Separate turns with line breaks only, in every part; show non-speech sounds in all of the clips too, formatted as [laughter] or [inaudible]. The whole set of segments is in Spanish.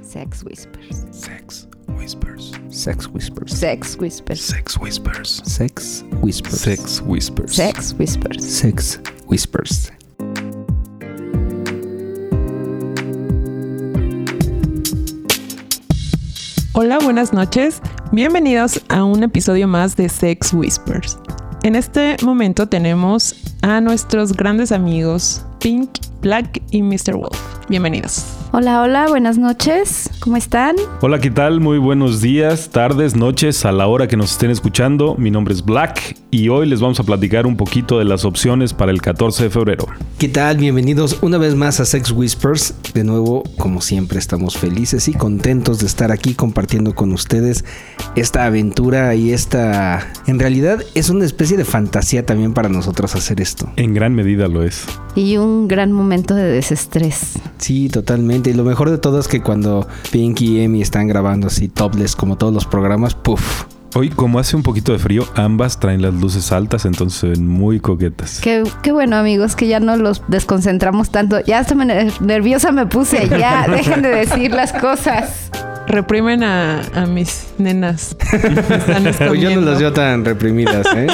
Sex Whispers.
Sex Whispers.
Sex Whispers.
Sex Whispers.
Sex Whispers.
Sex Whispers.
Sex Whispers.
Sex Whispers.
Sex Whispers.
Hola, buenas noches. Bienvenidos a un episodio más de Sex Whispers. En este momento tenemos a nuestros grandes amigos Pink, Black y Mr. Wolf. Bienvenidos.
Hola, hola, buenas noches. ¿Cómo están?
Hola, ¿qué tal? Muy buenos días, tardes, noches, a la hora que nos estén escuchando. Mi nombre es Black y hoy les vamos a platicar un poquito de las opciones para el 14 de febrero.
¿Qué tal? Bienvenidos una vez más a Sex Whispers. De nuevo, como siempre, estamos felices y contentos de estar aquí compartiendo con ustedes esta aventura y esta... En realidad es una especie de fantasía también para nosotros hacer esto.
En gran medida lo es.
Y un gran momento de desestrés.
Sí, totalmente. Y lo mejor de todo es que cuando Pinky y Emi están grabando así topless como todos los programas, puff.
Hoy, como hace un poquito de frío, ambas traen las luces altas, entonces se ven muy coquetas.
Qué, qué bueno, amigos, que ya no los desconcentramos tanto. Ya hasta me ner- nerviosa me puse. Ya, dejen de decir las cosas.
Reprimen a, a mis nenas. Me están
Pues [laughs] yo no
escondiendo.
las veo tan reprimidas, ¿eh?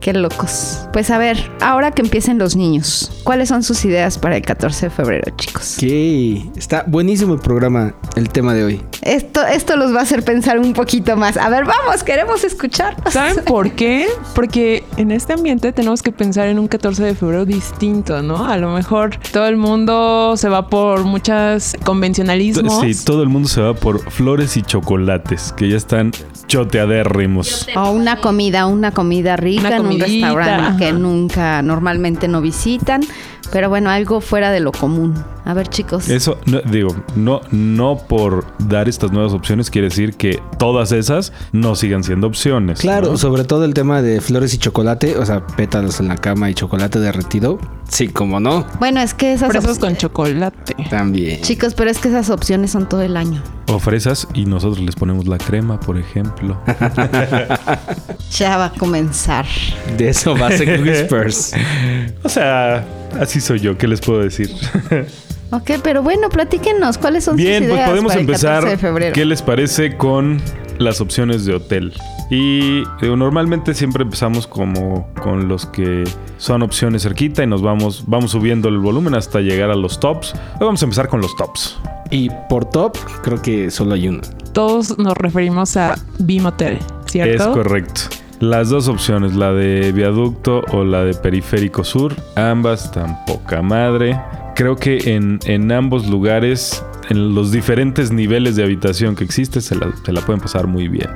Qué locos. Pues a ver, ahora que empiecen los niños, ¿cuáles son sus ideas para el 14 de febrero, chicos?
ok. Está buenísimo el programa, el tema de hoy.
Esto, esto los va a hacer pensar un poquito más. A ver, vamos, queremos escucharlos.
¿Saben por qué? Porque en este ambiente tenemos que pensar en un 14 de febrero distinto, ¿no? A lo mejor todo el mundo se va por muchas
T-
convencionalismos.
Sí, todo el mundo se va por flores y chocolates, que ya están choteadérrimos.
O una comida, una comida rica
Una
en un
comidita,
restaurante
ajá.
que nunca, normalmente no visitan. Pero bueno, algo fuera de lo común. A ver, chicos.
Eso, no, digo, no, no por dar estas nuevas opciones quiere decir que todas esas no sigan siendo opciones.
Claro,
¿no?
sobre todo el tema de flores y chocolate, o sea, pétalos en la cama y chocolate derretido. Sí, como no.
Bueno, es que esas
Fresas
op-
con chocolate.
También.
Chicos, pero es que esas opciones son todo el año.
O fresas y nosotros les ponemos la crema, por ejemplo.
Ya va a comenzar.
De eso va a [laughs] ser Whispers.
[laughs] o sea, así soy yo, ¿qué les puedo decir?
Ok, pero bueno, platíquenos, ¿cuáles son
Bien,
sus ideas
pues podemos
para el 14
empezar.
de febrero?
¿Qué les parece con las opciones de hotel? Y digo, normalmente siempre empezamos como con los que son opciones cerquita y nos vamos, vamos subiendo el volumen hasta llegar a los tops. Hoy vamos a empezar con los tops.
Y por top, creo que solo hay uno.
Todos nos referimos a Beam Hotel, ¿cierto?
Es correcto. Las dos opciones, la de viaducto o la de periférico sur, ambas tan poca madre. Creo que en, en ambos lugares, en los diferentes niveles de habitación que existe, se la, se la pueden pasar muy bien.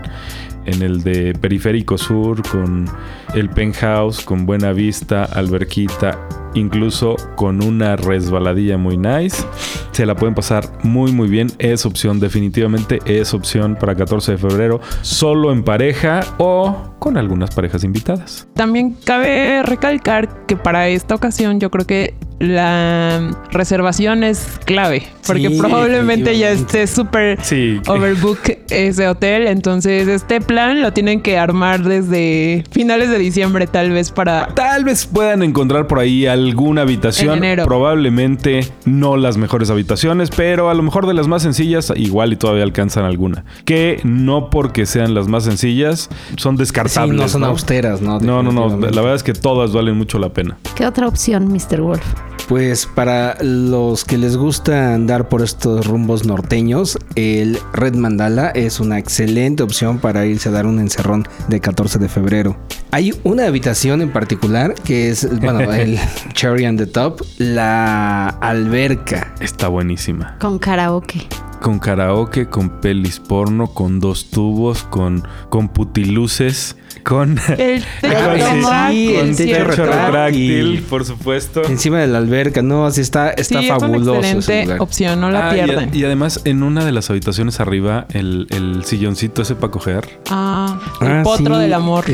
En el de periférico sur, con el penthouse, con buena vista, alberquita, incluso con una resbaladilla muy nice. Se la pueden pasar muy muy bien. Es opción, definitivamente es opción para 14 de febrero. Solo en pareja o con algunas parejas invitadas.
También cabe recalcar que para esta ocasión yo creo que la reservación es clave, porque
Sí,
probablemente ya
definitivamente.
esté súper
Sí.
overbook ese hotel, entonces este plan lo tienen que armar desde finales de diciembre tal vez para...
Tal vez puedan encontrar por ahí alguna habitación.
En enero.
Probablemente no las mejores habitaciones, pero a lo mejor de las más sencillas, igual y todavía alcanzan alguna. Que no porque sean las más sencillas, son
Sí,
descartables.
no son austeras, ¿no?
No, no, no.
Definitivamente.
La verdad es que todas valen mucho la pena.
¿Qué otra opción, Mr. Wolf?
Pues para los que les gusta andar por estos rumbos norteños, el Red Mandala es una excelente opción para irse a dar un encerrón de 14 de febrero. Hay una habitación en particular que es, bueno, el Cherry on the Top, la alberca.
Está buenísima.
Con karaoke.
Con karaoke, con pelis porno, con dos tubos, con, con putiluces, con
[laughs]
[laughs]
El techo
Ah, sí,
sí,
retráctil,
el techo
¿cierto?
techo
retráctil.
retráctil, por supuesto.
Encima de la alberca, no, así está, está
Sí, es una
fabuloso. ese
excelente
lugar.
opción, no la
Ah, y a-
pierdan.
Y, además, en una de las habitaciones arriba, el, el silloncito ese para coger.
Ah, el
Ah,
potro
sí,
del amor.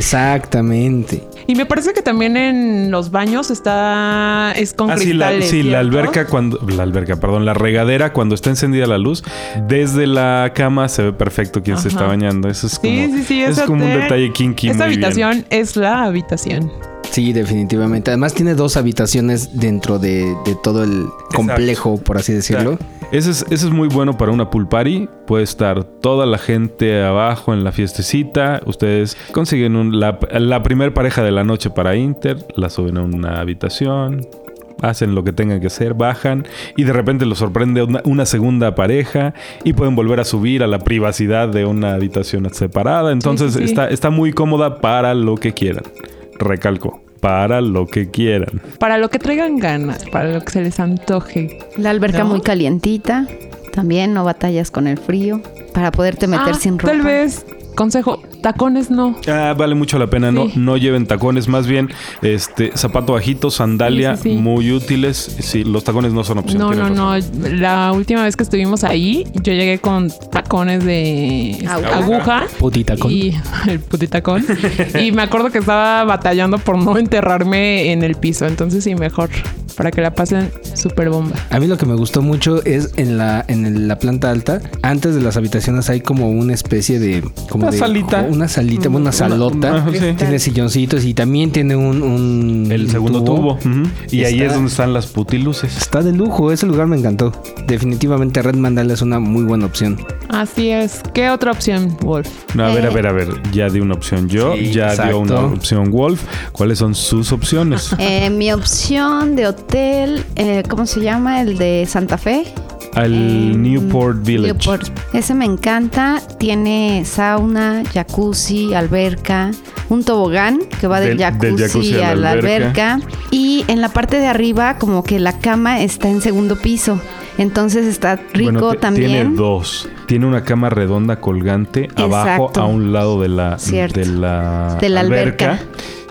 Exactamente.
Y me parece que también en los baños está... es con
Ah, sí, la,
cristales,
sí, la
¿cierto?
alberca cuando. La alberca, perdón, la regadera cuando está encendida la luz, desde la cama se ve perfecto quién se
Ajá.
está bañando. Eso es como,
Sí, sí, sí,
es
ese
como un
hotel.
detalle kinky.
Esta
muy bien.
habitación es la habitación.
Sí, definitivamente. Además tiene dos habitaciones dentro de, de todo el complejo, por así decirlo.
Ese es, ese es muy bueno para una pool party. Puede estar toda la gente abajo en la fiestecita. Ustedes consiguen un- la, la primer pareja de la noche para Inter. La suben a una habitación. Hacen lo que tengan que hacer, bajan y de repente los sorprende una, una segunda pareja y pueden volver a subir a la privacidad de una habitación separada. Entonces
sí.
Está, está muy cómoda para lo que quieran. Recalco, para lo que quieran.
Para lo que traigan ganas, para lo que se les antoje.
La alberca
¿No?
muy calientita. También no batallas con el frío. Para poderte meter
Ah,
sin ropa.
Tal vez, consejo, tacones no.
Ah, vale mucho la pena, no,
Sí.
no lleven tacones, más bien este zapato bajito, sandalia,
Sí, sí, sí.
muy útiles. Sí, los tacones no son opción.
No, no,
tienes razón.
no. La última vez que estuvimos ahí, yo llegué con tacones de
Aguja.
aguja.
Putitacón.
Y [laughs] el putitacón. y me acuerdo que estaba batallando por no enterrarme en el piso. Entonces, sí, mejor. Para que la pasen súper bomba.
A mí lo que me gustó mucho es en la en el- la planta alta, antes de las habitaciones hay como una especie de como
Una
de-
salita.
Una salita, una salota.
Ajá, sí.
Tiene silloncitos y también tiene un, un-
El
un
segundo tubo. ujú. Y ahí
Está-
es donde están las putiluces.
Está de lujo, ese lugar me encantó. Definitivamente Red Mandala es una muy buena opción.
Así es. ¿Qué otra opción, Wolf?
No, a ver, a
Eh.
ver, a ver. Ya di una opción yo,
Sí,
ya dio
exacto.
una opción Wolf. ¿Cuáles son sus
[laughs]
opciones?
Eh, mi opción de hotel, eh, ¿cómo se llama? El de Santa Fe.
Al
Em,
En
Newport Village.
Newport. Ese me encanta. Tiene sauna, jacuzzi, alberca, un tobogán que va del,
Del- del
jacuzzi, a la alberca. Y en la parte de arriba, como que la cama está en segundo piso. Entonces está rico
Bueno, te-
también.
Tiene dos. Tiene una cama redonda colgante abajo
Exacto.
a un lado de la,
Cierto.
de la,
De la alberca.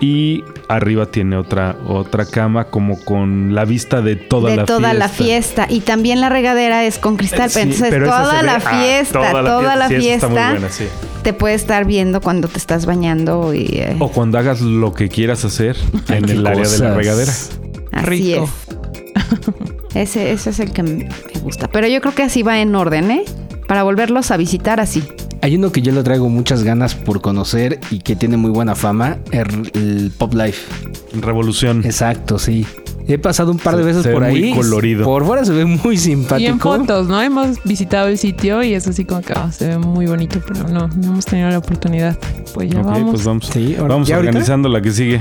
Y arriba tiene otra, otra cama como con la vista de toda
de
la
toda
fiesta. Eh,
la fiesta. Y también la regadera es con cristal,
Sí,
pero entonces
pero esa se
toda
ve-
la,
ah,
fiesta, toda la fiesta,
Sí, esa está muy buena, sí.
te puede estar viendo cuando te estás bañando y eh,
O cuando hagas lo que quieras hacer en
Qué
el área de la
cosas.
regadera.
así
rico.
es. Ese, ese es el que me gusta. Pero yo creo que así va en orden, ¿eh? Para volverlos a visitar así. [laughs]
Hay uno que yo lo traigo muchas ganas por conocer y que tiene muy buena fama, el, el Pop Life.
Revolución.
Exacto, sí. He pasado un par de
Mm. Se-
veces
se ve
por
muy
ahí.
colorido.
Por fuera se ve muy simpático.
Y en fotos, ¿no? Hemos visitado el sitio y es así como que ah, se ve muy bonito, pero no, no hemos tenido la oportunidad. Pues ya
Ok,
vamos.
pues vamos,
Sí, ahora-
vamos
¿ya ahorita?
organizando la que
[laughs]
sigue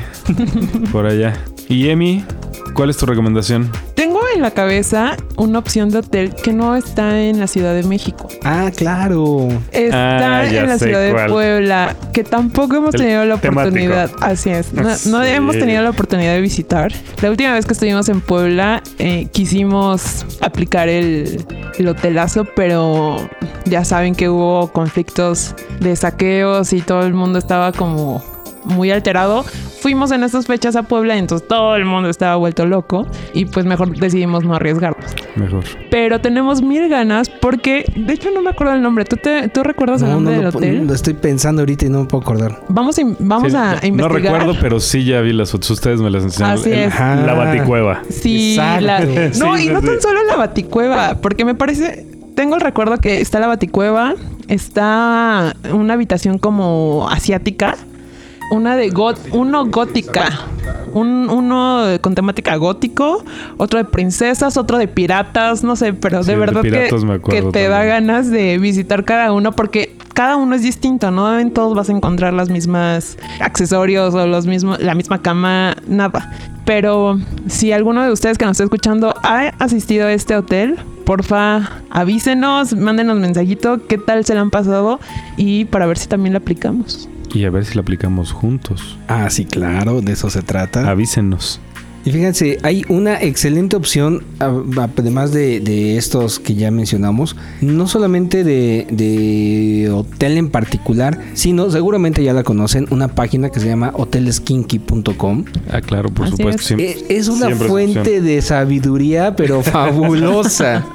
por allá. Y Emi, ¿cuál es tu recomendación?
Tengo en la cabeza una opción de hotel que no está en la Ciudad de México.
Ah, claro.
Está
Ah, ya
en la
sé
ciudad de
cuál.
Puebla, que tampoco hemos
El
tenido la
temático.
oportunidad. Así es. No, no
Sí.
hemos tenido la oportunidad de visitar. La última vez que estuvimos en Puebla, eh, quisimos aplicar el, el hotelazo, pero ya saben que hubo conflictos de saqueos y todo el mundo estaba como muy alterado. Fuimos en estas fechas a Puebla, entonces todo el mundo estaba vuelto loco y pues mejor decidimos no arriesgarnos
Mejor.
pero tenemos mil ganas porque, de hecho, no me acuerdo el nombre. ¿Tú, te, tú recuerdas el nombre
lo
del
po-
hotel?
lo estoy pensando ahorita y no me puedo acordar.
Vamos, a, in- vamos
Sí,
a
no- No
investigar.
recuerdo, pero sí ya vi las fotos. Ustedes me las enseñaron.
Así
El-
es.
Ajá.
La baticueva.
Sí,
Exacto.
la- no,
[laughs] Sí,
y
sí,
no
sí.
tan solo la baticueva, porque me parece, tengo el recuerdo que está la baticueva, está una habitación como asiática, una de got, uno gótica, un, uno con temática gótico, otro de princesas, otro de piratas, no sé, pero
Sí,
de
el de
verdad que,
piratas me
que
acuerdo
te da
también.
ganas de visitar cada uno porque cada uno es distinto, no en todos vas a encontrar las mismas accesorios o los mismos, la misma cama, nada. Pero si alguno de ustedes que nos está escuchando ha asistido a este hotel, porfa, avísenos, mándenos mensajito, qué tal se le han pasado y para ver si también lo aplicamos.
Y a ver si la aplicamos juntos.
Ah, sí, claro, de eso se trata.
Avísenos.
Y fíjense, hay una excelente opción, a- además de, de estos que ya mencionamos, no solamente de, de hotel en particular, sino seguramente ya la conocen, una página que se llama hoteleskinky.com.
Ah, claro, por
Así
supuesto.
es.
sí.
Eh, Es una
Siempre es
fuente
opción.
de sabiduría, [laughs] pero fabulosa.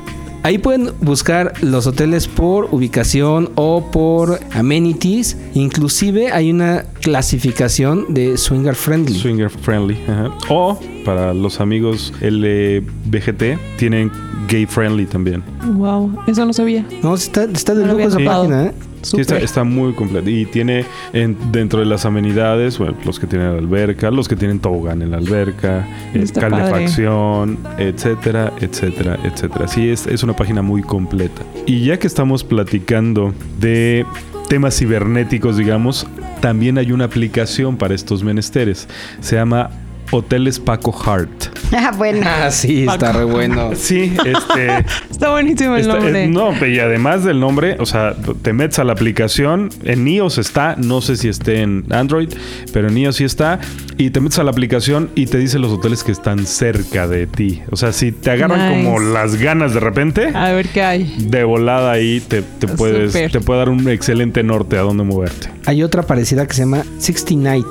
Ahí pueden buscar los hoteles por ubicación o por amenities. Inclusive hay una clasificación de swinger friendly.
Swinger friendly. ajá. O para los amigos LBGT, tienen gay friendly también.
Wow, eso no sabía.
No, sí está, está de
No lo
lujo
había
esa
notado.
página, ¿eh?
Sí, está,
Súper.
está muy completo. Y tiene en- dentro de las amenidades, bueno, los que tienen la alberca, los que tienen tobogán en la alberca, eh,
Está padre.
calefacción, etcétera, etcétera, etcétera. Sí, es, es una página muy completa. Y ya que estamos platicando de temas cibernéticos, digamos, también hay una aplicación para estos menesteres. Se llama Hoteles Paco
[laughs]
Hart.
Ah, bueno.
Ah, sí, está re bueno.
Sí, este...
Está buenísimo el
Está-
nombre.
eh, no, y además del nombre, o sea, te metes a la aplicación, en iOS está, no sé si esté en Android, pero en iOS sí está, y te metes a la aplicación y te dice los hoteles que están cerca de ti. O sea, si te agarran
Nice.
como las ganas de repente,
A ver qué hay.
de volada ahí te, te puedes,
Súper.
te puede dar un excelente norte a dónde moverte.
Hay otra parecida que se llama 69.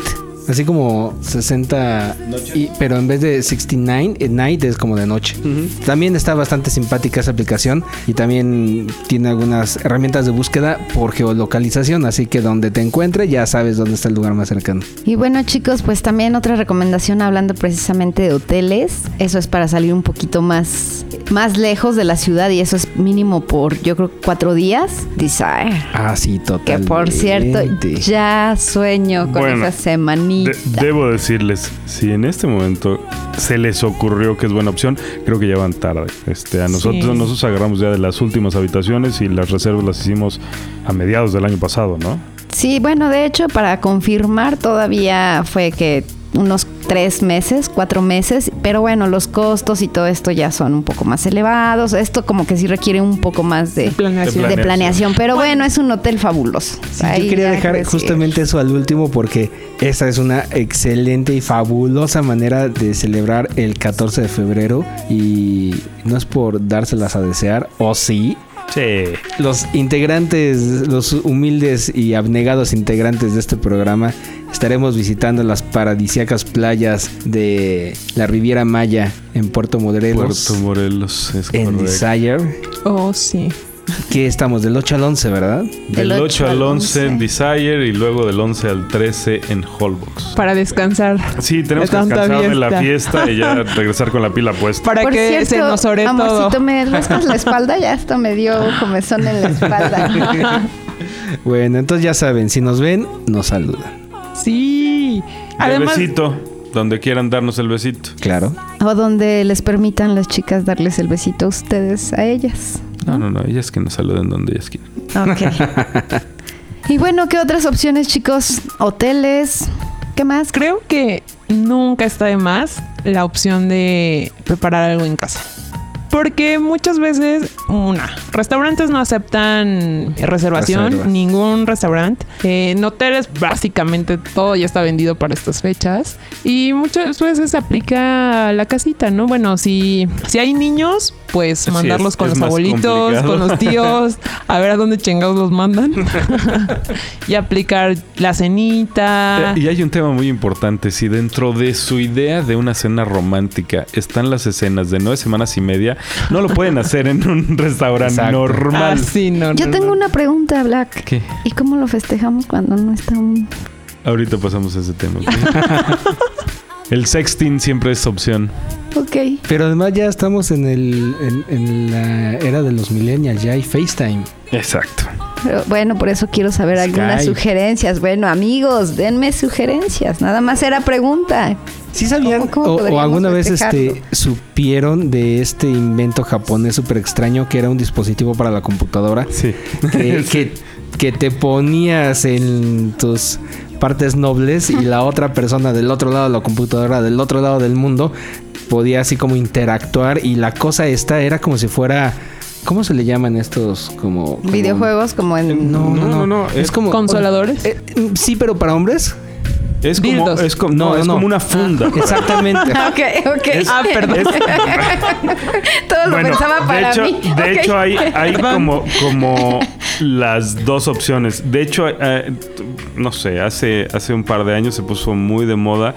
Así como 60, y- pero en vez de 69, eh, night es como de noche. También está bastante simpática esa aplicación y también tiene algunas herramientas de búsqueda por geolocalización, así que donde te encuentre ya sabes dónde está el lugar más cercano.
Y bueno chicos, pues también otra recomendación hablando precisamente de hoteles. Eso es para salir un poquito más, más lejos de la ciudad y eso es mínimo por yo creo cuatro días. Desire.
Ah, sí,
Que
total.
por cierto, ya sueño con
Bueno,
esa
De-
semanita.
debo decirles, si en este momento se les ocurrió que es buena opción, creo que ya van tarde. Este, a nosotros
Sí.
nosotros agarramos ya de las últimas habitaciones y las reservas las hicimos a mediados del año pasado, ¿no?
Sí, bueno, de hecho, para confirmar todavía fue que unos tres meses, cuatro meses, pero bueno, los costos y todo esto ya son un poco más elevados. Esto como que sí requiere un poco más de,
Planeación.
de planeación, pero bueno, es un hotel fabuloso.
Sí,
Ahí
yo quería
ya
dejar
puedes ir.
justamente eso al último porque esa es una excelente y fabulosa manera de celebrar el 14 de febrero y no es por dárselas a desear, o sí.
Sí.
Los integrantes, los humildes y abnegados integrantes de este programa estaremos visitando las paradisíacas playas de la Riviera Maya en Puerto Morelos,
Puerto Morelos es
en
correcto.
Desire,
Oh, sí.
que estamos del 8 al 11, ¿verdad?
Del
Del
8 al 11 en Desire y luego del 11 al 13 en Holbox.
Para descansar.
Sí, tenemos que
De tanta
descansar de la fiesta y ya regresar con la pila puesta.
Para
Por
que
cierto,
se nos ore
amorcito,
todo.
me rascas la espalda, ya hasta me dio comezón en la
[laughs]
espalda.
Bueno, entonces ya saben, si nos ven, nos saludan.
Sí.
El
Además,
besito, donde quieran darnos el besito.
Claro.
o donde les permitan las chicas darles el besito a ustedes, a ellas.
No, no, no, ellas que nos saluden donde ellas quieran.
Ok. [laughs] y bueno, ¿qué otras opciones, chicos? Hoteles. ¿Qué más?
creo que nunca está de más la opción de preparar algo en casa. Porque muchas veces, una, restaurantes no aceptan reservación,
Reservas.
ningún restaurante. Eh, en hoteles básicamente todo ya está vendido para estas fechas. Y muchas veces aplica la casita, ¿no? Bueno, si, si hay niños, pues
Sí,
mandarlos
es-
con
es
los
más
abuelitos,
complicado. [laughs]
con los tíos, a ver a dónde chingados los mandan. [laughs] y aplicar la cenita.
Eh, Y hay un tema muy importante. Si dentro de su idea de una cena romántica están las escenas de nueve semanas y media, no lo pueden hacer en un [laughs] restaurante
Exacto.
Ah,
normal.
sí, no,
Yo
no,
tengo
no.
una pregunta, Black.
¿Qué?
¿Y cómo lo festejamos cuando no está un...
Ahorita pasamos a ese tema. ¿ok? El sexting siempre es opción.
Ok.
Pero además ya estamos en, el, en, en la era de los millennials, ya hay FaceTime.
Exacto.
Pero bueno, por eso quiero saber
Skype.
algunas sugerencias. Bueno, amigos, denme sugerencias. Nada más era pregunta.
¿Sí sabían
¿Cómo- cómo
o- o,
podríamos
alguna vez este,
festejarlo?
supieron de este invento japonés súper extraño que era un dispositivo para la computadora
Sí.
que, que, que te ponías en tus partes nobles y la otra persona del otro lado de la computadora, del otro lado del mundo, podía así como interactuar y la cosa esta era como si fuera... ¿Cómo se le llaman estos como... como-
Videojuegos como en...
No, no, no. Es
Es,
como...
¿Consoladores?
Eh, mm, sí, pero para hombres.
es como,
Dildos.
es como- no,
No,
es
no. Ah,
como una funda.
Exactamente.
Ok, ok.
Ah, perdón.
[laughs] Todo lo
Bueno,
pensaba para
de hecho,
mí.
de
Ok.
hecho hay, hay como, como las dos opciones. De hecho, eh, t- no sé, hace, hace un par de años se puso muy de moda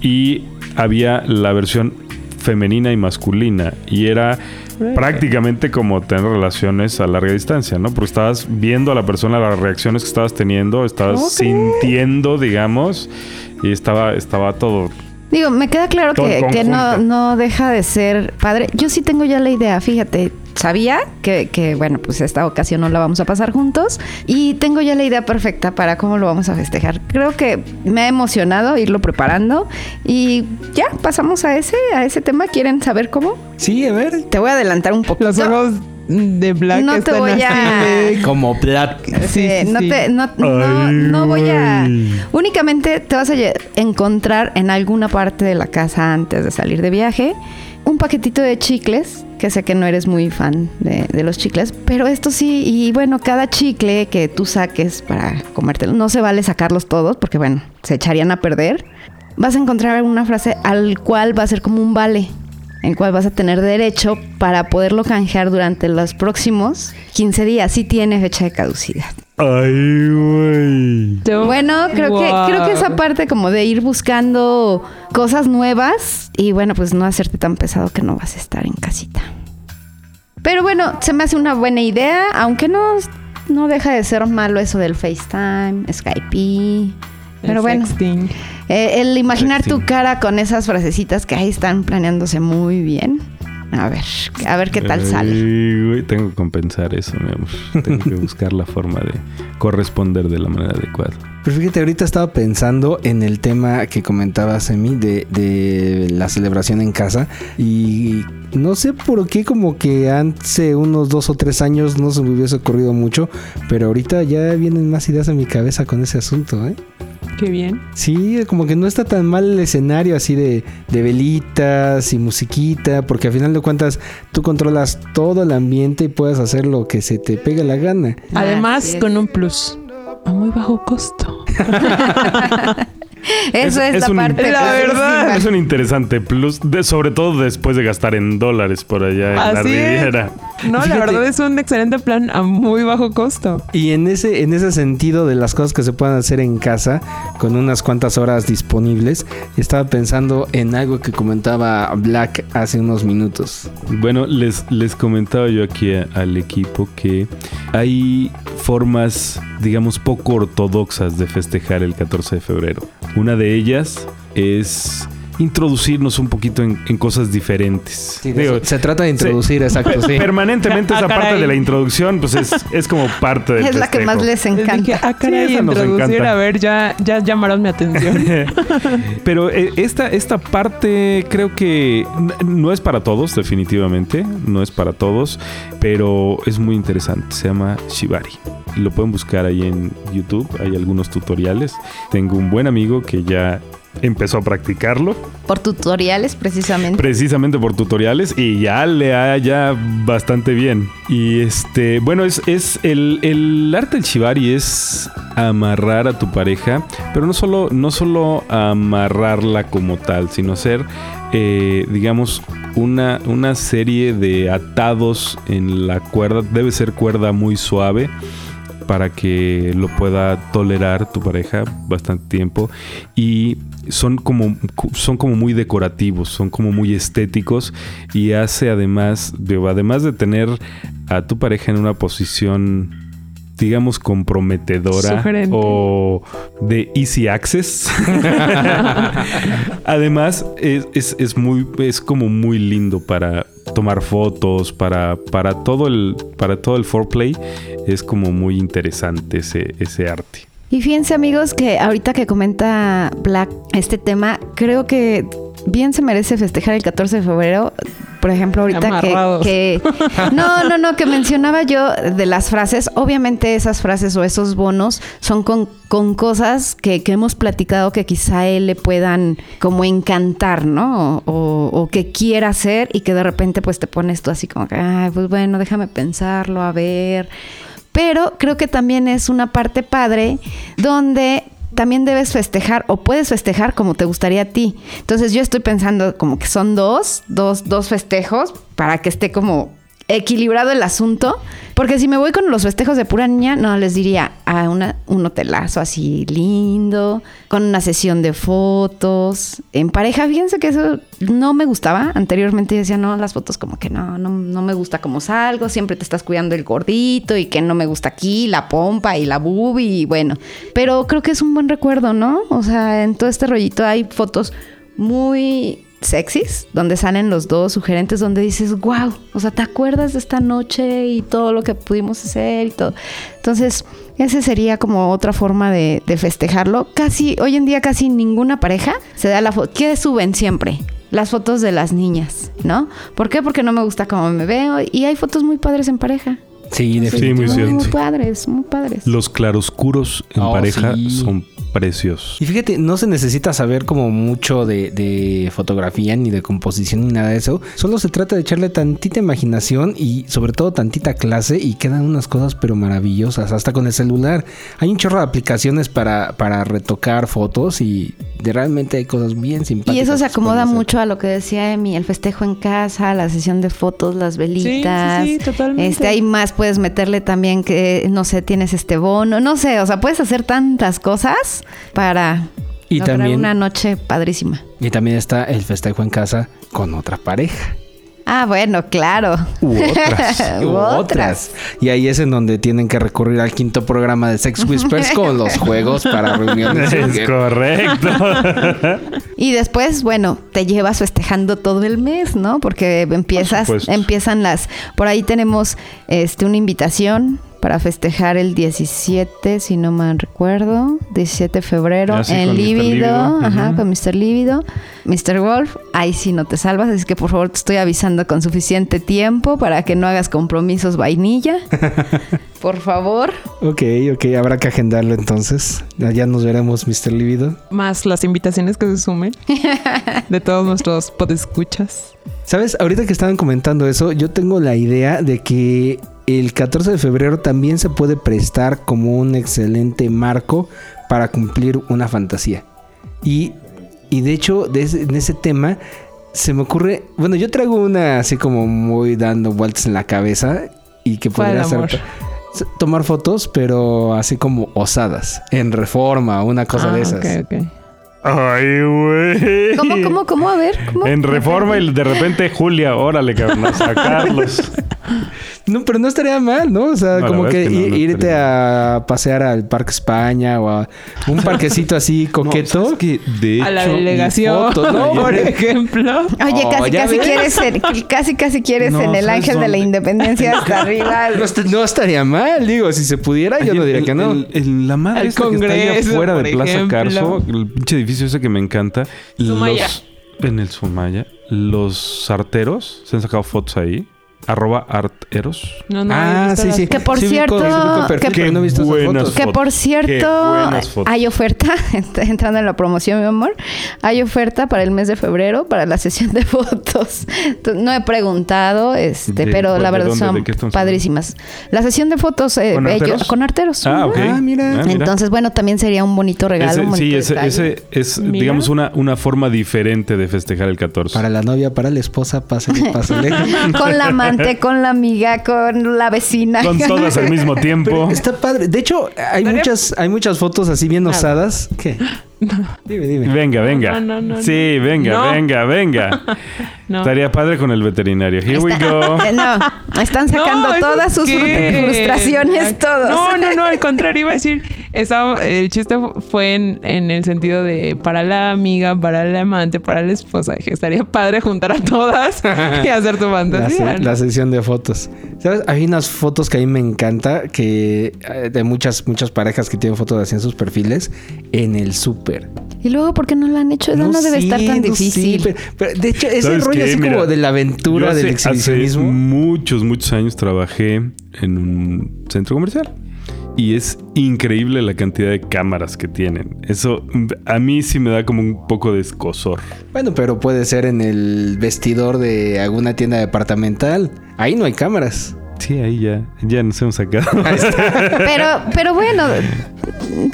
y había la versión femenina y masculina y era prácticamente como tener relaciones a larga distancia, ¿no? Porque estabas viendo a la persona las reacciones que estabas teniendo, estabas
¿Cómo
sintiendo, digamos, y estaba estaba todo
Digo, me queda claro
Con-
que, que
conjunta.
no, no deja de ser padre. Yo sí tengo ya la idea, fíjate. Sabía que, que, bueno, pues esta ocasión no la vamos a pasar juntos y tengo ya la idea perfecta para cómo lo vamos a festejar. Creo que me ha emocionado irlo preparando y ya pasamos a ese, a ese tema. ¿Quieren saber cómo?
[laughs] Sí, a ver.
Te voy a adelantar un poquito.
Los ojos de Black
No te
están
voy
así
a-
de-
Como plat.
Sí,
Eh,
sí,
no,
sí.
te- no- no-
Ay,
no voy a...
güey.
Únicamente te vas a lle- encontrar en alguna parte de la casa antes de salir de viaje un paquetito de chicles, que sé que no eres muy fan de, de los chicles, pero esto sí, y bueno, cada chicle que tú saques para comértelo, no se vale sacarlos todos porque bueno, se echarían a perder, vas a encontrar alguna frase al cual va a ser como un vale. El cual vas a tener derecho para poderlo canjear durante los próximos 15 días. Sí tiene fecha de caducidad.
Ay, güey.
Te-
Bueno, creo
Guau.
que creo que esa parte como de ir buscando cosas nuevas y bueno, pues no hacerte tan pesado que no vas a estar en casita. Pero bueno, se me hace una buena idea, aunque no no deja de ser malo eso del FaceTime, Skype. Pero
El
bueno,
sexting.
eh, el imaginar tu
Sexting.
cara con esas frasecitas que ahí están planeándose muy bien. A ver, a ver qué tal
Ay,
sale.
güey, tengo que compensar eso, mi amor. Tengo que buscar la forma de corresponder de la manera adecuada.
Pero fíjate, ahorita estaba pensando en el tema que comentabas, Emi, de, de la celebración en casa. Y no sé por qué, como que hace unos dos o tres años no se me hubiese ocurrido mucho. Pero ahorita ya vienen más ideas a mi cabeza con ese asunto, ¿eh?
Qué bien.
Sí, como que no está tan mal el escenario así de, de velitas y musiquita, porque al final de cuentas tú controlas todo el ambiente y puedes hacer lo que se te pega la gana.
Además,
Así es.
con un plus. A muy bajo costo.
Eso es, la
un-
parte.
La
que-
verdad.
Es un interesante plus, de- sobre todo después de gastar en dólares por allá en la
Así es.
Riviera.
[laughs] No, la
Fíjate.
verdad es un excelente plan a muy bajo costo.
Y en ese, en ese sentido de las cosas que se pueden hacer en casa, con unas cuantas horas disponibles, estaba pensando en algo que comentaba Black hace unos minutos.
Bueno, les, les comentaba yo aquí a- al equipo que hay formas, digamos, poco ortodoxas de festejar el 14 de febrero. Una de ellas es introducirnos un poquito en, en cosas diferentes. Digo,
se trata de introducir, exacto,
[laughs]
sí.
Permanentemente
Ah,
esa parte
caray.
de la introducción,
[laughs]
pues es, es como parte del
Es la que
festejo.
más les
Les
encanta.
dije, ah, caray,
esa nos
introducir,
encanta.
a ver, ya, ya llamaron
[laughs]
mi atención.
[laughs] Pero eh, esta, esta parte creo que n- no es para todos, definitivamente. No es para todos, pero es muy interesante. Se llama Shibari. Lo pueden buscar ahí en YouTube. Hay algunos tutoriales. Tengo un buen amigo que ya empezó a practicarlo
Por tutoriales, precisamente.
precisamente por tutoriales y ya le haya bastante bien. Y este, bueno, es, es el, el arte del shibari es amarrar a tu pareja, pero no solo, no solo amarrarla como tal, sino ser, eh, digamos, una, una serie de atados en la cuerda. Debe ser cuerda muy suave para que lo pueda tolerar tu pareja bastante tiempo y son como son como muy decorativos, son como muy estéticos y hace además de, además de tener a tu pareja en una posición digamos comprometedora
Sugerente.
o de easy access. [laughs] además es, es- es muy es como muy lindo para tomar fotos, para para todo el para todo el foreplay es como muy interesante ese ese arte.
Y fíjense amigos que ahorita que comenta Black este tema, creo que bien se merece festejar el 14 de febrero. Por ejemplo, ahorita que,
Amarrados.
que... No, no, no, que mencionaba yo de las frases. Obviamente esas frases o esos bonos son con, con cosas que, que hemos platicado que quizá a él le puedan como encantar, ¿no? O, o- o que quiera hacer y que de repente pues te pones tú así como que, ay, pues bueno, déjame pensarlo, a ver pero creo que también es una parte padre donde también debes festejar o puedes festejar como te gustaría a ti. Entonces yo estoy pensando como que son dos, dos, dos festejos para que esté como equilibrado el asunto, porque si me voy con los festejos de pura niña, no les diría a una, un hotelazo así lindo, con una sesión de fotos, en pareja, fíjense que eso no me gustaba, anteriormente yo decía, no, las fotos como que no, no, no me gusta cómo salgo, siempre te estás cuidando el gordito y que no me gusta aquí, la pompa y la boobie y bueno, pero creo que es un buen recuerdo, ¿no? O sea, en todo este rollito hay fotos muy sexys, donde salen los dos sugerentes, donde dices, wow, o sea, ¿te acuerdas de esta noche y todo lo que pudimos hacer y todo? Entonces, esa sería como otra forma de, de festejarlo. Casi, hoy en día casi ninguna pareja se da la foto. ¿Qué suben siempre? Las fotos de las niñas, ¿no? ¿Por qué? Porque no me gusta cómo me veo y hay fotos muy padres en pareja.
Sí,
Sí, muy
definitivamente.
cierto.
Muy padres, muy padres.
Los claroscuros en
Oh,
pareja
sí.
son preciosos.
Y fíjate, no se necesita saber como mucho de, de fotografía ni de composición ni nada de eso. Solo se trata de echarle tantita imaginación y sobre todo tantita clase y quedan unas cosas pero maravillosas. Hasta con el celular. Hay un chorro de aplicaciones para, para retocar fotos y de- realmente hay cosas bien simpáticas.
Y eso se
que pueden
acomoda
hacer.
mucho a lo que decía Emi, el festejo en casa, la sesión de fotos, las
Sí,
velitas.
sí, sí, totalmente.
Este, hay más, puedes meterle también que, no sé, tienes este bono, no sé, o sea, puedes hacer tantas cosas para
Y
lograr
también-
una noche padrísima.
Y también está el festejo en casa con otra pareja.
Ah, bueno, claro.
U [laughs] otras.
U
u otras. Y ahí es en donde tienen que recurrir al quinto programa de Sex Whispers
[laughs]
con los juegos para
[laughs]
reuniones.
Es correcto.
Y después, bueno, te llevas festejando todo el mes, ¿no? Porque empiezas,
Por supuesto.
empiezan las. Por ahí tenemos este una invitación para festejar el 17, si no mal recuerdo, 17 de febrero
Ah, sí,
en
con Mr.
Líbido,
Líbido,
ajá,
ujú.
con Mr. Líbido, Mr. Wolf, ahí sí no te salvas, así que por favor te estoy avisando con suficiente tiempo para que no hagas compromisos
[laughs]
vainilla. por favor.
Ok, ok, habrá que agendarlo entonces. Allá nos veremos, Mr. Libido.
Más las invitaciones que
[laughs]
se sumen de todos nuestros podescuchas.
Sabes, ahorita que estaban comentando eso, yo tengo la idea de que el 14 de febrero también se puede prestar como un excelente marco para cumplir una fantasía. Y, y de hecho, de ese- en ese tema, se me ocurre, bueno, yo traigo una así como muy dando vueltas en la cabeza y que
¿Cuál,
podría
amor?
ser s- tomar fotos, pero así como osadas, en reforma, una cosa
Ah,
de esas.
ok, ok.
Ay, güey.
¿Cómo, cómo, cómo? A ver, ¿cómo?
En reforma y de repente Julia, órale, cabrón, a [laughs] sacarlos.
No, pero no estaría mal, ¿no? O sea,
No, la
como
verdad
que,
es que no,
i-
no
irte
estaría
a pasear al Parque España o a un parquecito
[laughs]
así coqueto.
de
A la
hecho,
delegación,
fotos, ¿no?
[laughs] por ejemplo.
Oye,
Oh,
casi,
¿ya
casi
ves?
quieres, en,
[laughs]
casi, casi quieres
No,
en el
¿sabes
ángel de la
dónde?
independencia
[laughs]
hasta arriba.
no, est- no estaría mal, digo, si se pudiera, yo no diría que no.
El- el- la madre
Al
esta que está allá
Congreso,
afuera de
por
Plaza
ejemplo.
Carso, el pinche edificio ese que me encanta.
Sumaya.
Los, en el Sumaya, los arteros se han sacado fotos ahí. Arroba arteros.
No, no, he
ah,
visto
sí,
las-
sí.
Que por
Sí ubico-
cierto,
sí ubico el perfil,
que-
pero no he visto esas
buenas
fotos.
Que por
fotos. Qué
cierto,
buenas fotos.
hay oferta, [laughs] ent- entrando en la promoción, mi amor, hay oferta para el mes de febrero para la sesión de [laughs] fotos. Entonces, No he preguntado, este,
¿De
pero
cuál-
la
de
verdad
dónde?
son
¿De qué estamos
padrísimas. La sesión de fotos eh,
¿Con
ellos-
arteros?
con arteros.
Ah,
ujú.
ok.
Ah, mira.
Ah,
Entonces, bueno, también sería un bonito regalo.
Ese-
un bonito
sí, ese,
detalle.
ese es,
Mira.
digamos, una, una forma diferente de festejar el 14.
Para la novia, para la esposa, pásale,
[laughs]
pásale.
[laughs] Con la amante, con la amiga, con la vecina. [laughs]
[laughs]
Con todas al mismo tiempo.
Está padre. De hecho, hay
Daría-
muchas, hay muchas fotos así bien osadas.
[laughs]
¿Qué? Dime, dime.
Venga, venga.
No, no, no, no.
sí, venga,
No.
venga, venga.
[laughs] No.
Estaría padre con el veterinario. Here we
[laughs]
go.
Eh, [laughs] No, están sacando
No, ¿eso
todas sus
qué?
frustraciones, todos.
No, no, no, al contrario, iba a decir, estaba- el chiste fue en, en el sentido de para la amiga, para la amante, para la esposa, que estaría padre juntar a todas y hacer
[laughs]
tu
La, se-
fantasía. ¿no?
la sesión de fotos. ¿Sabes? Hay unas fotos que a mí me encanta que eh, de muchas, muchas parejas que tienen fotos así en sus perfiles en el súper.
[laughs] Y luego, ¿por qué no lo han hecho? Eso no, debe
sé,
estar tan
no sé,
difícil.
pero- pero de hecho, es el
¿Sabes
rollo
qué?
así
Mira,
como de la aventura,
yo hace-
del exhibicionismo.
Hace muchos, muchos años trabajé en un centro comercial. Y es increíble la cantidad de cámaras que tienen. Eso mm, a mí sí me da como un poco de escosor.
Bueno, pero puede ser en el vestidor de alguna tienda departamental. Ahí no hay cámaras.
Sí, ahí ya, ya nos hemos sacado.
[laughs]
[laughs]
Pero, pero bueno,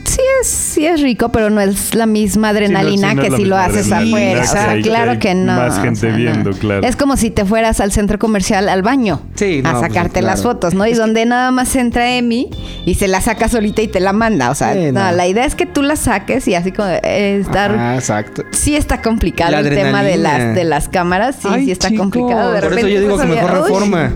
sí es, sí es rico, pero no es la misma adrenalina
Sí, no, sí, no
que
es la
si lo
misma
haces
adrenalina
afuera. O
que
sea,
hay- que
claro
hay
que no.
más
o
gente
sea, no.
viendo, claro.
Es como si te fueras al centro comercial al baño
Sí, no,
a
pues,
sacarte
claro.
las fotos, ¿no? Y donde nada más entra Emi y se la saca solita y te la manda. O sea,
Sí,
no,
no.
la idea es que tú la saques y así como eh, estar.
Ah, exacto.
Sí está complicado
La
el tema de
adrenalina.
las, de las cámaras. Sí,
Ay,
sí está
chicos.
complicado. De
Por eso
repente
yo digo que
pues,
mejor
había- uy.
reforma.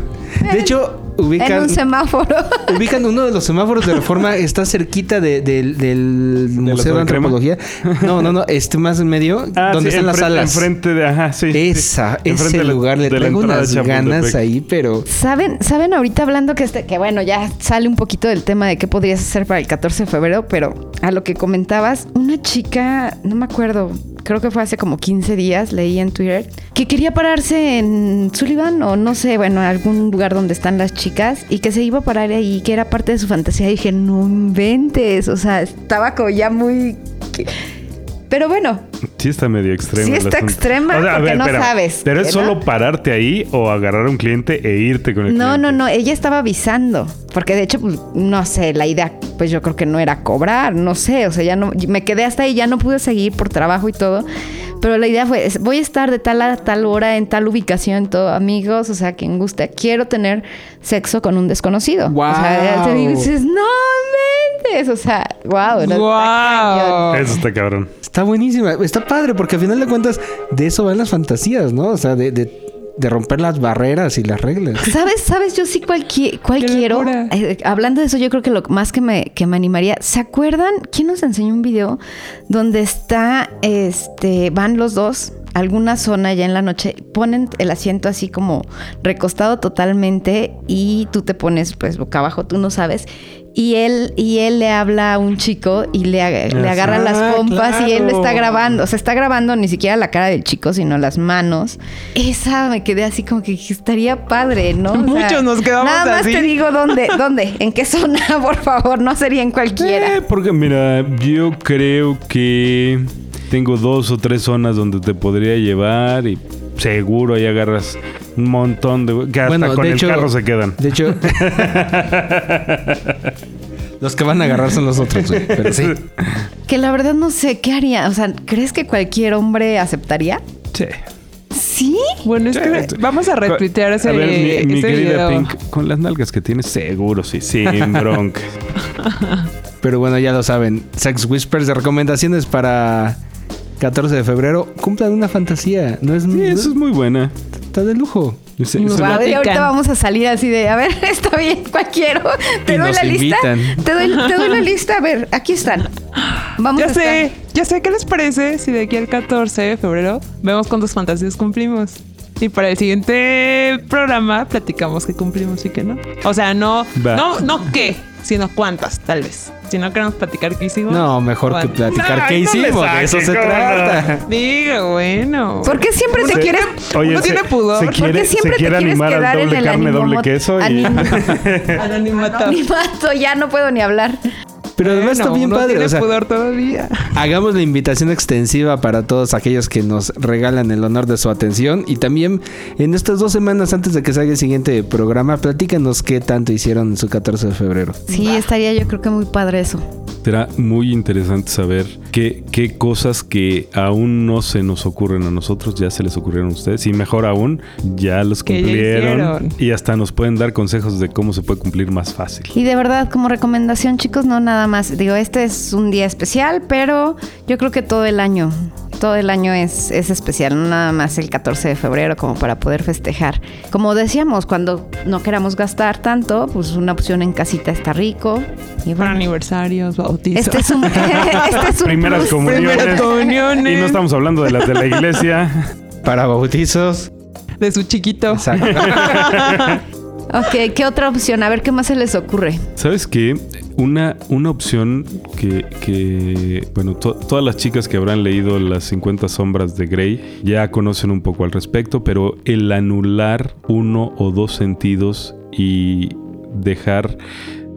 De hecho,
en
ubican,
un semáforo.
ubican uno de los semáforos de reforma, está cerquita de- del- del Museo de
Torre Crema? Ah,
Antropología. No, no, no, este más en medio, donde están las salas.
Enfrente de. Ajá, sí. sí.
Esa,
Enfrente
ese
de la-
lugar, le
de la
traigo
entrada de
unas ganas
Chapultepec.
ahí, pero
¿Saben, saben ahorita hablando que este, que bueno, ya sale un poquito del tema de qué podrías hacer para el 14 de febrero, pero a lo que comentabas, una chica, no me acuerdo, creo que fue hace como 15 días, leí en Twitter, que quería pararse en Sullivan o no sé, bueno, algún lugar donde están las chicas y que se iba a parar ahí, que era parte de su fantasía. Y dije, no inventes, o sea, estaba como ya muy... que- Pero bueno,
Sí está medio extrema.
Sí
el
está
asunto.
extrema porque no sabes,
¿Pero es
¿verdad?
solo pararte ahí o agarrar a un cliente e irte con el
No,
cliente?
no, no, ella estaba avisando, porque de hecho, pues, no sé, la idea, pues yo creo que no era cobrar, no sé, o sea, ya no, me quedé hasta ahí, ya no pude seguir por trabajo y todo, pero la idea fue, es, voy a estar de tal a tal hora, en tal ubicación, todo, amigos, o sea, quien guste, quiero tener sexo con un desconocido. O sea,
¡Guau!
te dices, no mentes, o sea, wow.
¡Guau!
Eso está cabrón.
está buenísima, está padre, porque al final de cuentas de eso van las fantasías, ¿no? O sea, de, de- de romper las barreras y las reglas.
¿Sabes? ¿Sabes? Yo sí cuál, qui- cuál
¡Qué
quiero.
locura!
Eh, hablando de eso, yo creo que lo más que me, que me animaría. ¿Se acuerdan? ¿Quién nos enseñó un video donde está, este, van los dos a alguna zona ya en la noche, ponen el asiento así como recostado totalmente y tú te pones pues boca abajo, tú no sabes. Y él, y él le habla a un chico y le, ag- le
Ah,
agarra las pompas y él
claro.
está grabando. O sea, está grabando ni siquiera la cara del chico, sino las manos. Esa me quedé así como que estaría padre, ¿no? O sea,
Muchos nos quedamos
Nada más
así.
te digo
[laughs]
dónde, dónde, en qué zona, [laughs] por favor. No sería en cualquiera.
Eh, porque mira, yo creo que tengo dos o tres zonas donde te podría llevar y seguro ahí agarras un montón de... Que [laughs] hasta
Bueno,
con
de
el
hecho-
carro se quedan.
De
[laughs]
hecho, los que van a agarrar son los otros, güey, pero
[laughs]
sí.
Que la verdad no sé qué haría. O sea, ¿crees que cualquier hombre aceptaría?
Sí.
Sí.
Bueno, es que vamos a retuitear ese, eh,
A ver, mi, mi
ese video.
querida Pink, con las nalgas que tienes, seguro
[laughs]
sí, sin bronca.
Pero bueno, ya lo saben. Sex Whispers de recomendaciones para 14 de febrero. Cumplan una fantasía. No es,
Sí,
no
eso es muy buena.
está de lujo.
Se-
Nos
se-
va-
Madre,
platican.
ahorita vamos a salir así de, a ver, [laughs] está bien, cuál quiero. Te
Y
doy
nos
la lista.
invitan.
Te doy, te
[laughs]
doy la lista. A ver, aquí están. Vamos a
Ya
estar-
sé, ya sé, ¿qué les parece si de aquí al 14 de febrero vemos cuántas fantasías cumplimos? Y para el siguiente programa platicamos qué cumplimos y qué no. O sea, no,
Va.
no, no qué, sino cuántas, tal vez. Si no queremos platicar qué hicimos.
No, mejor que
¿Cuál?
platicar qué
Ay, no le
hicimos. de
saques,
eso se
cómo no.
trata.
Digo, bueno.
¿Por qué siempre
Pues,
te quieres
Uno tiene pudor.
se
¿Por qué
quiere, se
siempre te
quiere
quieres
animar
quedar
al
en
doble
el
carne, doble
animomo-
queso y [laughs]
animo-
Anonimato.
Ni mato, ya no puedo ni hablar.
Pero además está
Bueno,
bien
uno
padre.
tiene
O sea,
pudor todavía.
hagamos la invitación extensiva para todos aquellos que nos regalan el honor de su atención. Y también en estas dos semanas antes de que salga el siguiente programa, platícanos qué tanto hicieron en su 14 de febrero.
Sí, estaría yo creo que muy padre eso.
Será muy interesante saber qué, qué cosas que aún no se nos ocurren a nosotros ya se les ocurrieron a ustedes y mejor aún ya los
Que ya
cumplieron
hicieron.
y hasta nos pueden dar consejos de cómo se puede cumplir más fácil.
Y de verdad, como recomendación, chicos, no nada más. Digo, este es un día especial, pero yo creo que todo el año, todo el año es, es especial, no nada más el 14 de febrero, como para poder festejar. Como decíamos, cuando no queramos gastar tanto, pues una opción en casita está rico. Y bueno,
Para aniversarios, bautizos.
este es un, [laughs] este es un
Primeras
plus.
[laughs]
comuniones.
Primeras
Y
comuniones.
no estamos hablando de las de
[laughs]
la iglesia.
Para bautizos.
De su chiquito.
[laughs]
Exacto.
Ok, ¿qué otra opción? A ver qué más se les ocurre.
¿Sabes qué? Una, una opción que, que, bueno, to- todas las chicas que habrán leído las 50 sombras de Grey ya conocen un poco al respecto, pero el anular uno o dos sentidos y dejar,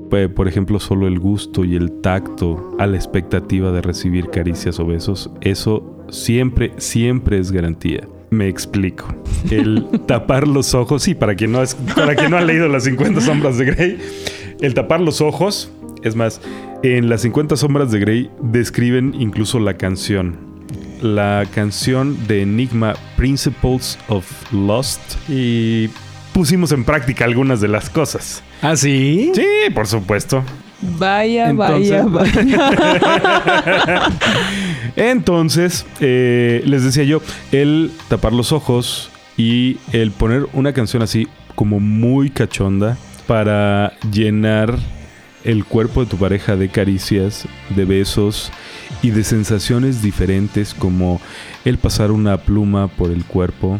pues, por ejemplo, solo el gusto y el tacto a la expectativa de recibir caricias o besos, eso siempre, siempre es garantía. Me explico. El tapar los ojos, sí, para quien no, es, para quien no ha leído las 50 sombras de Grey, el tapar los ojos, es más, en las 50 sombras de Grey describen incluso la canción. La canción de Enigma Principles of Lost y pusimos en práctica algunas de las cosas.
¿Ah, sí?
Sí, por supuesto.
Vaya, vaya,
Entonces-
vaya.
Entonces, eh, les decía yo, el tapar los ojos y el poner una canción así como muy cachonda para llenar el cuerpo de tu pareja de caricias, de besos y de sensaciones diferentes como el pasar una pluma por el cuerpo,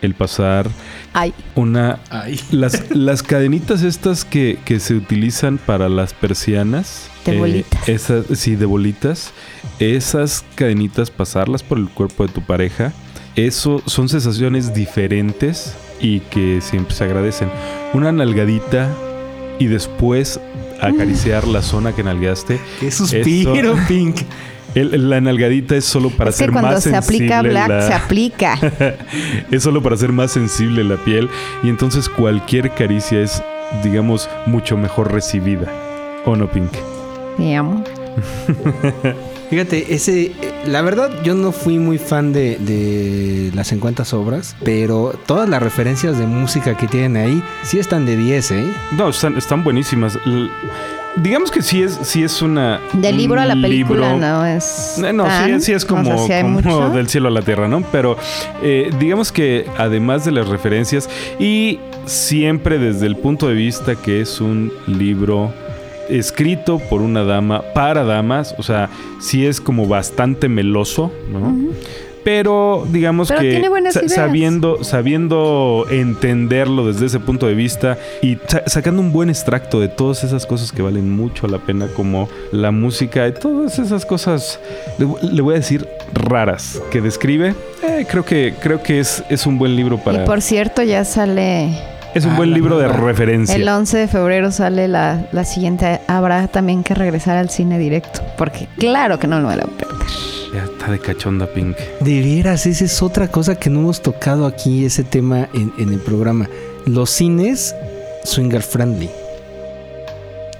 el pasar
Ay,
una...
Ay.
Las, las cadenitas estas que, que se utilizan para las persianas.
De bolitas.
esas- sí, de bolitas. Esas cadenitas, pasarlas por el cuerpo de tu pareja. Eso son sensaciones diferentes y que siempre se agradecen. Una nalgadita y después
Mm.
acariciar la zona que nalgaste.
¡Qué suspiro,
Eso.
Pink!
El- la nalgadita es solo para
es
ser
que cuando
más
se aplica
sensible
black,
la- [laughs]
se aplica.
es solo para hacer más sensible la piel y entonces cualquier caricia es, digamos, mucho mejor recibida. ¿O no, Pink?
Te amo.
Fíjate, ese, eh, la verdad yo no fui muy fan de, de las 50 obras, pero todas las referencias de música que tienen ahí sí están de 10, ¿eh?
No, están, están buenísimas. L- digamos que sí es, sí es una...
Del libro a la
un
película
libro-
no es.
Eh, No, sí,
tan,
sí es
o sea,
como,
sí hay
como
mucho.
del cielo a la tierra, ¿no? Pero eh, digamos que además de las referencias y siempre desde el punto de vista que es un libro escrito por una dama para damas, o sea, sí es como bastante meloso, ¿no?
Ujú.
Pero digamos
Pero
que
tiene buenas ideas.
sabiendo sabiendo entenderlo desde ese punto de vista y sa- sacando un buen extracto de todas esas cosas que valen mucho la pena como la música y todas esas cosas le, vo- le voy a decir raras que describe eh, creo que creo que es, es un buen libro para
Y por cierto, ya sale.
es un
Ah,
buen
la
libro de
nueva.
referencia
El 11 de febrero sale la, la siguiente. Habrá también que regresar al cine directo. Porque claro que no lo van a perder.
ya está de cachonda pink
De veras, esa es otra cosa que no hemos tocado aquí, ese tema en, en el programa. Los cines swinger friendly.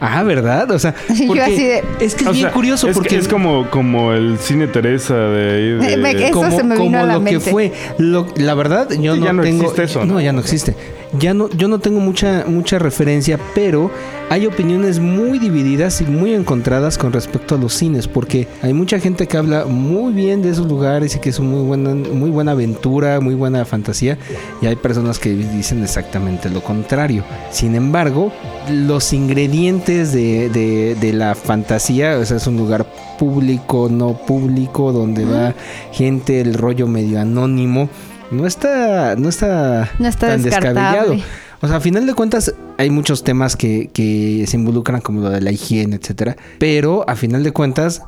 Ah, ¿verdad? O
[laughs]
sea,
Y yo
porque
así de-
es que es
O
bien
sea,
curioso
es que-
porque
es como como el cine Teresa de, ahí, de-
Eh, me- es- Eso se me vino a la
lo
mente.
que fue. Lo- la verdad, yo
Sí,
no,
ya no
tengo.
existe eso,
¿no?
¿no?
ya no existe. Ya no, yo no tengo mucha, mucha referencia, pero hay opiniones muy divididas y muy encontradas con respecto a los cines, porque hay mucha gente que habla muy bien de esos lugares y que es muy buena, muy buena aventura, muy buena fantasía, y hay personas que dicen exactamente lo contrario. Sin embargo, los ingredientes de, de- de la fantasía, o sea, es un lugar público, no público, donde va gente, el rollo medio anónimo, no está, no está,
No está
tan descabellado.
descartable.
O sea, a final de cuentas hay muchos temas que, que se involucran como lo de la higiene, etcétera. Pero a final de cuentas,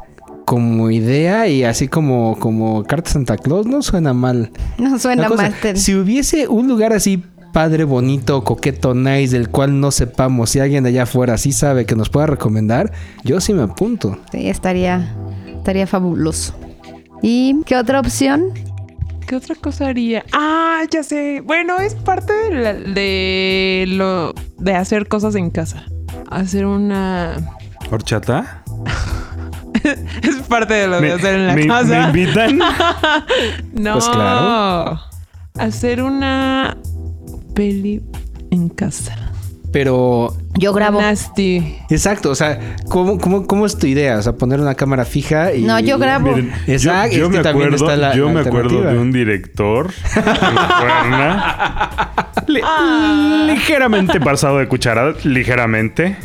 como idea y así como, como carta Santa Claus, no suena mal.
No
La
suena
cosa,
mal. ten-
Si hubiese un lugar así padre, bonito, coqueto, nice, del cual no sepamos, si alguien de allá afuera sí sabe que nos pueda recomendar, yo sí me apunto.
Sí, estaría, estaría fabuloso. ¿Y qué otra opción?
¿Qué otra cosa haría? Ah, ya sé. Bueno, es parte de, la- de lo de hacer cosas en casa. Hacer una [laughs]
horchata
es parte de lo de hacer en la
me-
casa.
me invitan
no.
Pues claro.
Hacer una peli en casa.
Pero
Yo grabo.
Nasty.
Exacto, o sea, ¿cómo, cómo, cómo es tu idea? O sea, poner una cámara fija y...
No, yo grabo.
Miren,
Exacto,
yo, yo
es que
me
también
acuerdo,
está la-
yo
la
me acuerdo
alternativa.
de un director
[laughs]
en Cuerna, li-
Ah.
ligeramente pasado de cucharada, ligeramente.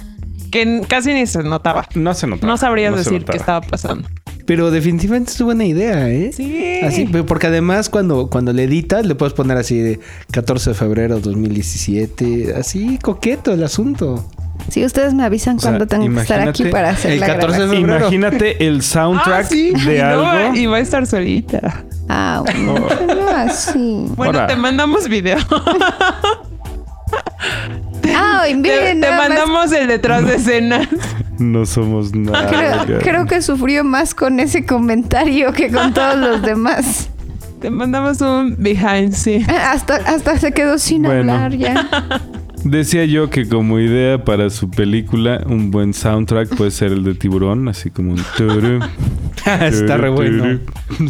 Que n- casi ni se notaba.
No se notaba.
No sabrías
se
decir qué
notaba.
estaba pasando.
Pero definitivamente es buena idea, ¿eh?
Sí.
Así, pero porque además cuando, cuando le editas le puedes poner así de 14 de febrero de 2017, así coqueto el asunto. [laughs]
Si ustedes me avisan
sea,
cuando tengo que estar aquí
imagínate
para hacer
el
la
14 de
grabación.
febrero.
Imagínate el soundtrack
Ah, sí.
de
No,
algo.
Y va a estar solita.
[laughs]
Ah, bueno, no, así.
Bueno,
Ahora.
te mandamos video.
Ah,
Te,
miren,
te
nada más.
mandamos el detrás de escena.
No somos
Ah,
nada.
Creo, creo que sufrió más con ese comentario que con todos
[laughs]
los demás.
Te mandamos un behind scene.
[laughs]
Hasta, hasta se quedó sin
Bueno.
hablar
[laughs]
ya.
Decía yo que como idea para su película, un buen soundtrack puede ser el de tiburón, así
[laughs]
como un turu,
Está re
turu,
bueno.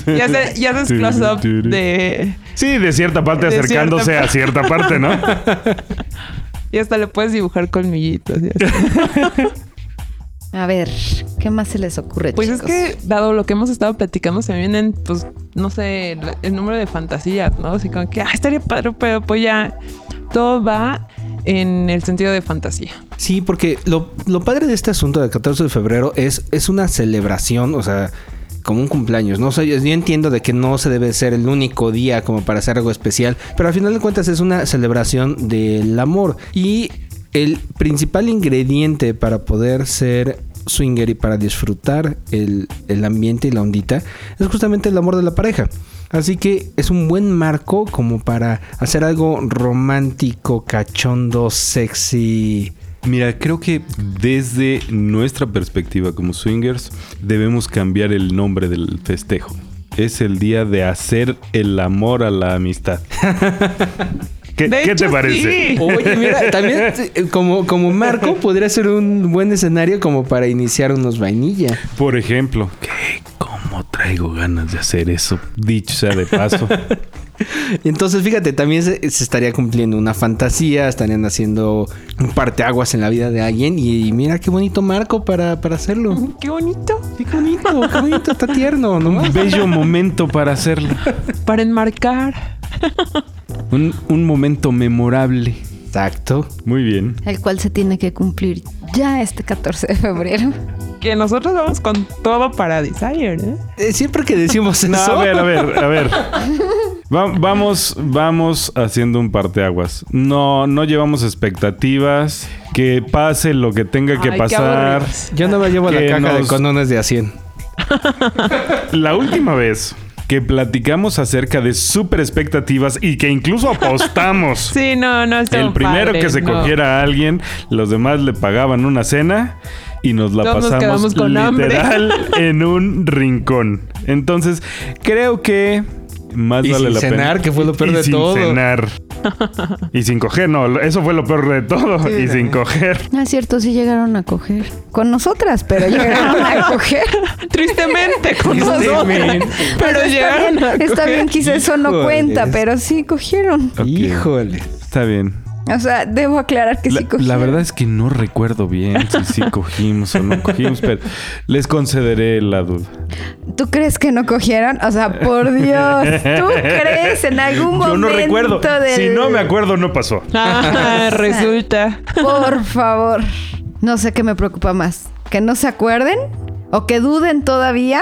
turu.
Ya se, ya haces close up de.
Sí, de cierta parte
De
acercándose
cierta
a cierta parte, ¿no?
[laughs]
Y hasta le puedes dibujar colmillitos. y
[laughs]
así.
A ver, ¿qué más se les ocurre,
Pues es
chicos?
que, dado lo que hemos estado platicando, se vienen, pues, no sé, el, el número de fantasías, ¿no? Así como que, ah, estaría padre, pero pues ya todo va en el sentido de fantasía.
Sí, porque lo, lo padre de este asunto del 14 de febrero es, es una celebración, o sea, como un cumpleaños, ¿no? O sea, yo, yo entiendo de que no se debe ser el único día como para hacer algo especial, pero al final de cuentas es una celebración del amor. Y el principal ingrediente para poder ser swinger y para disfrutar el, el ambiente y la ondita es justamente el amor de la pareja. Así que es un buen marco como para hacer algo romántico, cachondo, sexy.
Mira, creo que desde nuestra perspectiva como swingers debemos cambiar el nombre del festejo. Es el día de hacer el amor a la amistad. [laughs] ¿Qué,
De
qué te
hecho,
parece?
sí.
Oye, mira, también eh, como, como marco podría ser un buen escenario como para iniciar unos vainilla.
Por ejemplo, ¿qué? ¿cómo traigo ganas de hacer eso? Dicho sea
[laughs]
de paso.
Y entonces, fíjate, también se, se estaría cumpliendo una fantasía, estarían haciendo un parteaguas en la vida de alguien y, mira qué bonito marco para, para hacerlo.
Mm, Qué bonito.
Qué bonito, qué bonito, está tierno, ¿no?
Un bello momento para hacerlo.
Para enmarcar.
Un, un momento memorable.
Exacto.
Muy bien.
El cual se tiene que cumplir ya este 14 de febrero.
Que nosotros vamos con todo para Desire, ¿eh?
Eh, siempre que decimos
[laughs] No,
eso...
a ver, a ver, a ver. Va- vamos, vamos haciendo un parteaguas. No, no llevamos expectativas. Que pase lo que tenga que
Ay, qué
pasar.
aburridos.
Yo no me llevo la
Que
caja de
nos-
condones de a 100.
La última vez que platicamos acerca de super expectativas y que incluso apostamos.
[laughs] Sí, no, no está
El primero que se cogiera a alguien, los demás le pagaban una cena y nos la
Todos nos
pasamos
quedamos con hambre.
[laughs]
literal en un rincón. Entonces, creo que más
Y
vale
sin
la pena.
cenar, que fue lo peor
Y
de
sin
todo.
cenar. Y sin coger, no, eso fue lo peor de todo. y sin coger.
No es cierto, sí llegaron a coger. Con nosotras, pero llegaron
[laughs]
a coger.
Tristemente con nosotros.
Tristemente.
Pero llegaron
Está
a coger.
Pues bien, quizá eso no
Híjoles.
cuenta, pero sí cogieron.
Ok,
Híjole.
Está bien.
O sea, debo aclarar que
La,
sí cogieron.
la verdad es que no recuerdo bien si [laughs] sí cogimos o no cogimos, pero les concederé la duda.
¿Tú crees que no cogieron? O sea, por Dios.
[laughs]
¿Tú crees en algún momento?
Yo no recuerdo.
del-
Si no me acuerdo, no pasó.
[laughs]
Ah, resulta.
Por favor. No sé qué me preocupa más. ¿Que no se acuerden? ¿O que duden todavía?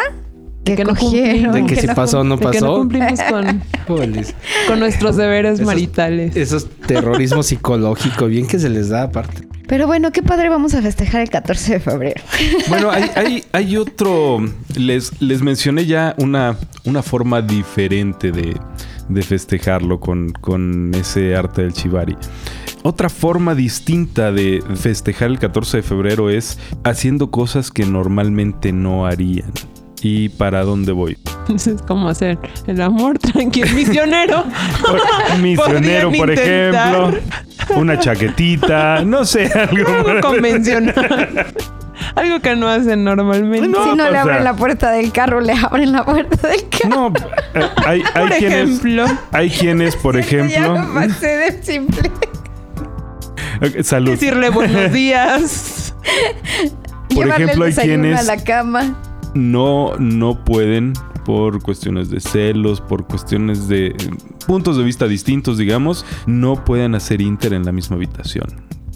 Que,
que no
cogieron.
cumplieron.
De que
Que
si
no
pasó o no
De que no
pasó.
cumplimos con,
Híjoles.
con nuestros deberes
Esos-
maritales.
Eso es terrorismo psicológico, bien que se les da aparte.
Pero bueno, qué padre vamos a festejar el 14 de febrero.
Bueno, hay, hay- hay otro. Les, les mencioné ya una, una forma diferente de, de festejarlo con, con ese arte del chivari. Otra forma distinta de festejar el 14 de febrero es haciendo cosas que normalmente no harían. ¿Y para dónde voy?
Es como hacer el amor tranquilo, misionero.
[laughs] Misionero, por
Podrían
ejemplo. Una chaquetita. No sé, algo.
[laughs]
[laughs]
Algo convencional. Algo que no hacen normalmente.
No, pues,
si no
o
le
sea-
abren la puerta del carro, le abren la puerta del carro.
[laughs]
No, eh, hay, hay
por
quienes.
ejemplo.
Hay
[laughs]
quienes,
[laughs]
por
Ya
ejemplo.
lo pasé de simple.
Ok, Salud.
Decirle buenos días. [laughs]
Por
Llevarle
ejemplo,
el
hay
desayuno
quienes-
a la cama.
No, no pueden por cuestiones de celos, por cuestiones de eh, puntos de vista distintos, digamos, no pueden hacer inter en la misma habitación.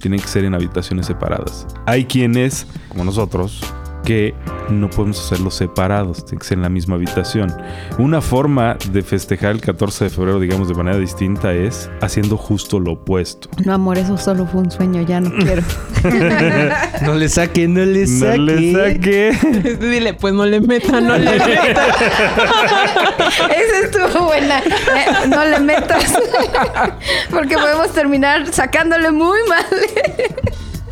Tienen que ser en habitaciones separadas. Hay quienes, como nosotros, que no podemos hacerlos separados, tienen que ser en la misma habitación. Una forma de festejar el 14 de febrero, digamos, de manera distinta es haciendo justo lo opuesto.
No, amor, eso solo fue un sueño, ya no quiero.
No le saque, no le
No
saque.
le saque.
Dile, pues no le meta, no le meta.
Esa estuvo buena. Eh, no le metas. [laughs] Porque podemos terminar sacándole muy mal.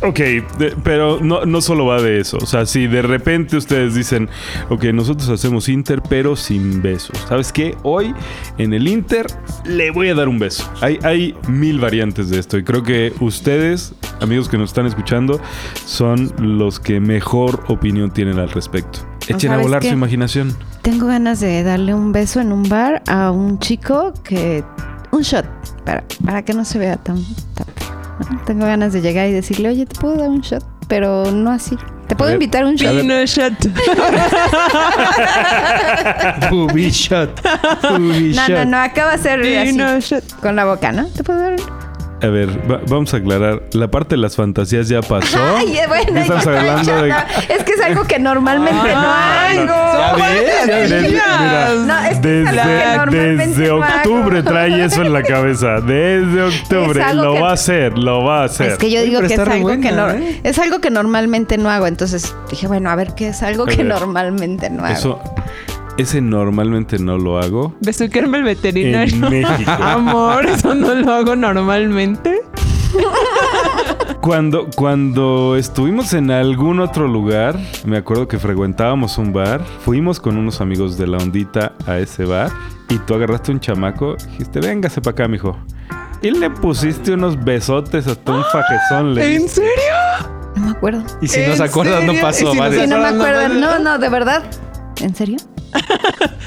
Ok, de- pero no, no solo va de eso. O sea, si de repente ustedes dicen, ok, nosotros hacemos Inter, pero sin besos. ¿Sabes qué? Hoy en el Inter le voy a dar un beso. Hay, hay mil variantes de esto y creo que ustedes, amigos que nos están escuchando, son los que mejor opinión tienen al respecto. Echen a
¿Sabes
volar
qué?
su imaginación.
Tengo ganas de darle un beso en un bar a un chico que. Un shot. Para, para que no se vea tan, tan feo, ¿no? Tengo ganas de llegar y decirle, oye, te puedo dar un shot, pero no así. Te puedo
ver,
invitar a un shot.
Pinochet.
[laughs] Booby shot. Booby
No, no,
shot.
no, acaba de ser así.
Pinochet.
Con la boca, ¿no? Te puedo dar.
a ver, va- vamos a aclarar. La parte de las fantasías ya pasó.
[laughs] Ay, eh, bueno,
Ya estamos
ya está
hablando de-
hecha, no, es que es algo que normalmente no
Ay,
hago.
no.
Ah, ¿Ya ves? ¿Ya
Desde,
ves?
mira,
No, es que es algo que
desde,
normalmente
desde
no hago.
octubre trae eso en la cabeza. Desde octubre.
Es algo
Lo
que-
va a hacer, lo va a hacer.
Es que yo
Oye,
digo
pero
que es
está re
algo que,
buena,
no,
¿eh?
es algo que normalmente no hago. Entonces dije, bueno, a ver qué es algo
A
que
ver.
normalmente no hago.
Eso, ese normalmente no lo hago
Besuquearme el
en
veterinario.
[laughs] México.
Amor, eso no lo hago normalmente.
Cuando, cuando estuvimos en algún otro lugar, me acuerdo que frecuentábamos un bar, fuimos con unos amigos de la ondita a ese bar y tú agarraste un chamaco, dijiste, véngase para acá, mijo. Y le pusiste unos besotes hasta un fajezón. Le
¿En
diste.
serio?
No me acuerdo.
Y si
¿En
no se acuerdan, no
serio? ¿Y
pasó,
si no
vale.
Sí, no me
Ahora no
acuerdo.
vale.
No, no, de verdad. ¿En serio?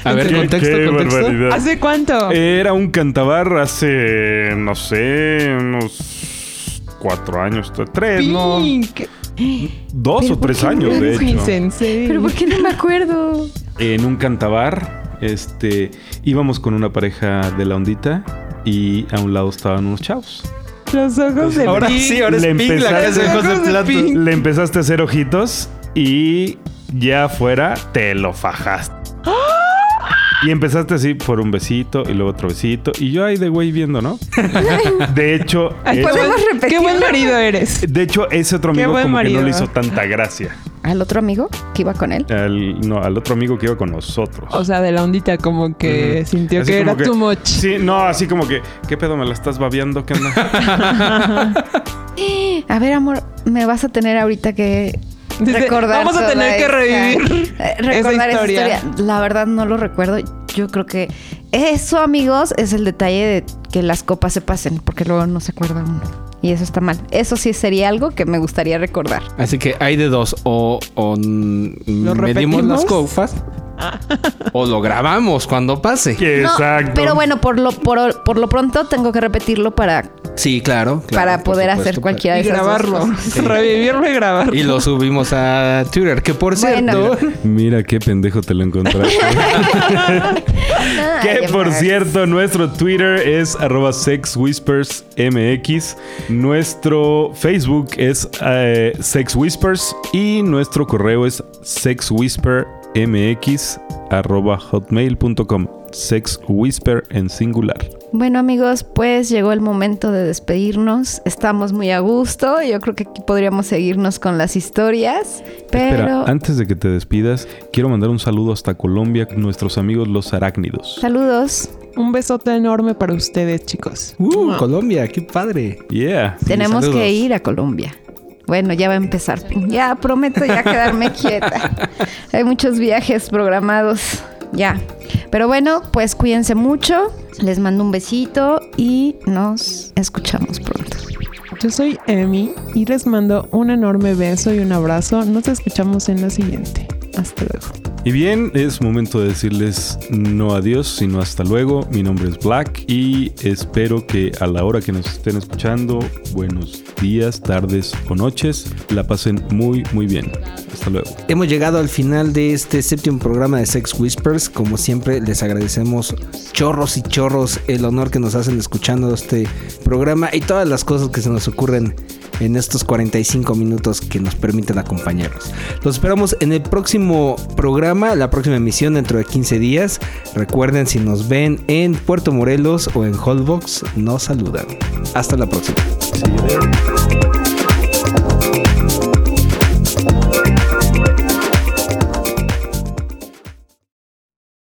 A ver,
Qué-
contexto,
qué
contexto.
barbaridad.
¿Hace cuánto?
Era un cantabar hace, no sé, unos cuatro años, tres, no,
Pink.
dos o
Pero, ¿por
tres
qué
años,
no
de
eres mi
hecho.
sensei.
Pero ¿por qué no me
[laughs]
acuerdo?
en un cantabar. Este, íbamos con una pareja de la ondita y a un lado estaban unos chavos.
Los ojos de
Ahora
Pink.
sí, ahora es
Le
Pink la que hace
empezaste-
ojos de plato.
Pink.
Le empezaste a hacer ojitos y ya afuera te lo fajaste. Y empezaste así por un besito y luego otro besito. Y yo ahí de güey
[laughs]
viendo, ¿no? De hecho,
Ay,
eso-
¿podemos
Qué
repetirlo?
buen marido eres.
de hecho, ese otro
Qué
amigo
buen
como que
marido.
no le hizo tanta gracia.
¿Al otro amigo que iba con él?
Al, no, al otro amigo que iba con nosotros.
O sea, de la ondita como que
Ujú.
sintió
Así
que
como
era too much.
Sí, no, así como que, ¿qué pedo me la estás babeando?
[laughs]
¿Qué onda? [laughs]
A ver, amor, me vas a tener ahorita que
[laughs] Dice,
recordar.
Vamos a
toda
tener que
esa-
revivir.
eh, recordar esa historia.
historia.
La verdad no lo recuerdo. Yo creo que eso, amigos, es el detalle de que las copas se pasen, porque luego no se acuerda uno. Y eso está mal. Eso sí sería algo que me gustaría recordar.
Así que hay de dos. O, o mm,
¿Lo
medimos
repetimos?
las copas. o lo grabamos cuando pase.
No,
Exacto.
pero bueno, por lo, por, por lo pronto tengo que repetirlo para,
Sí, claro. claro,
para
por
poder
supuesto,
hacer
para-
cualquiera de
Y
esas dos
grabarlo.
cosas.
Revivirlo y grabarlo.
Y lo subimos a Twitter, que por
Bueno. [laughs]
[laughs] cierto.
Mira qué pendejo te lo encontraste. [laughs] que
Ay,
por
Omar.
cierto, nuestro Twitter es arroba sexwhispersmx, nuestro Facebook es eh, sexwhispers y nuestro correo es sexwhispermx arroba hotmail.com. Sex Whisper en singular.
Bueno amigos, pues llegó el momento de despedirnos. Estamos muy a gusto. Yo creo que aquí podríamos seguirnos con las historias. Pero
Espera, antes de que te despidas, quiero mandar un saludo hasta Colombia, nuestros amigos los arácnidos.
saludos.
Un besote enorme para ustedes, chicos.
Uh,
Mua.
Colombia, qué padre.
Yeah.
Tenemos
saludos.
que ir a Colombia. Bueno, ya va a empezar. Ya prometo ya quedarme quieta. Hay muchos viajes programados. Ya. Pero bueno, pues cuídense mucho. Les mando un besito y nos escuchamos pronto.
Yo soy Emi y les mando un enorme beso y un abrazo. Nos escuchamos en la siguiente. Hasta luego.
Y bien, es momento de decirles no adiós, sino hasta luego. Mi nombre es Black y espero que a la hora que nos estén escuchando, buenos días, tardes o noches, la pasen muy, muy bien. Hasta luego.
Hemos llegado al final de este séptimo programa de Sex Whispers. Como siempre, les agradecemos chorros y chorros el honor que nos hacen escuchando este programa y todas las cosas que se nos ocurren en estos 45 minutos que nos permiten acompañarlos. Los esperamos en el próximo programa, la próxima emisión dentro de 15 días. Recuerden, si nos ven en Puerto Morelos o en Holbox, nos saludan. Hasta la próxima.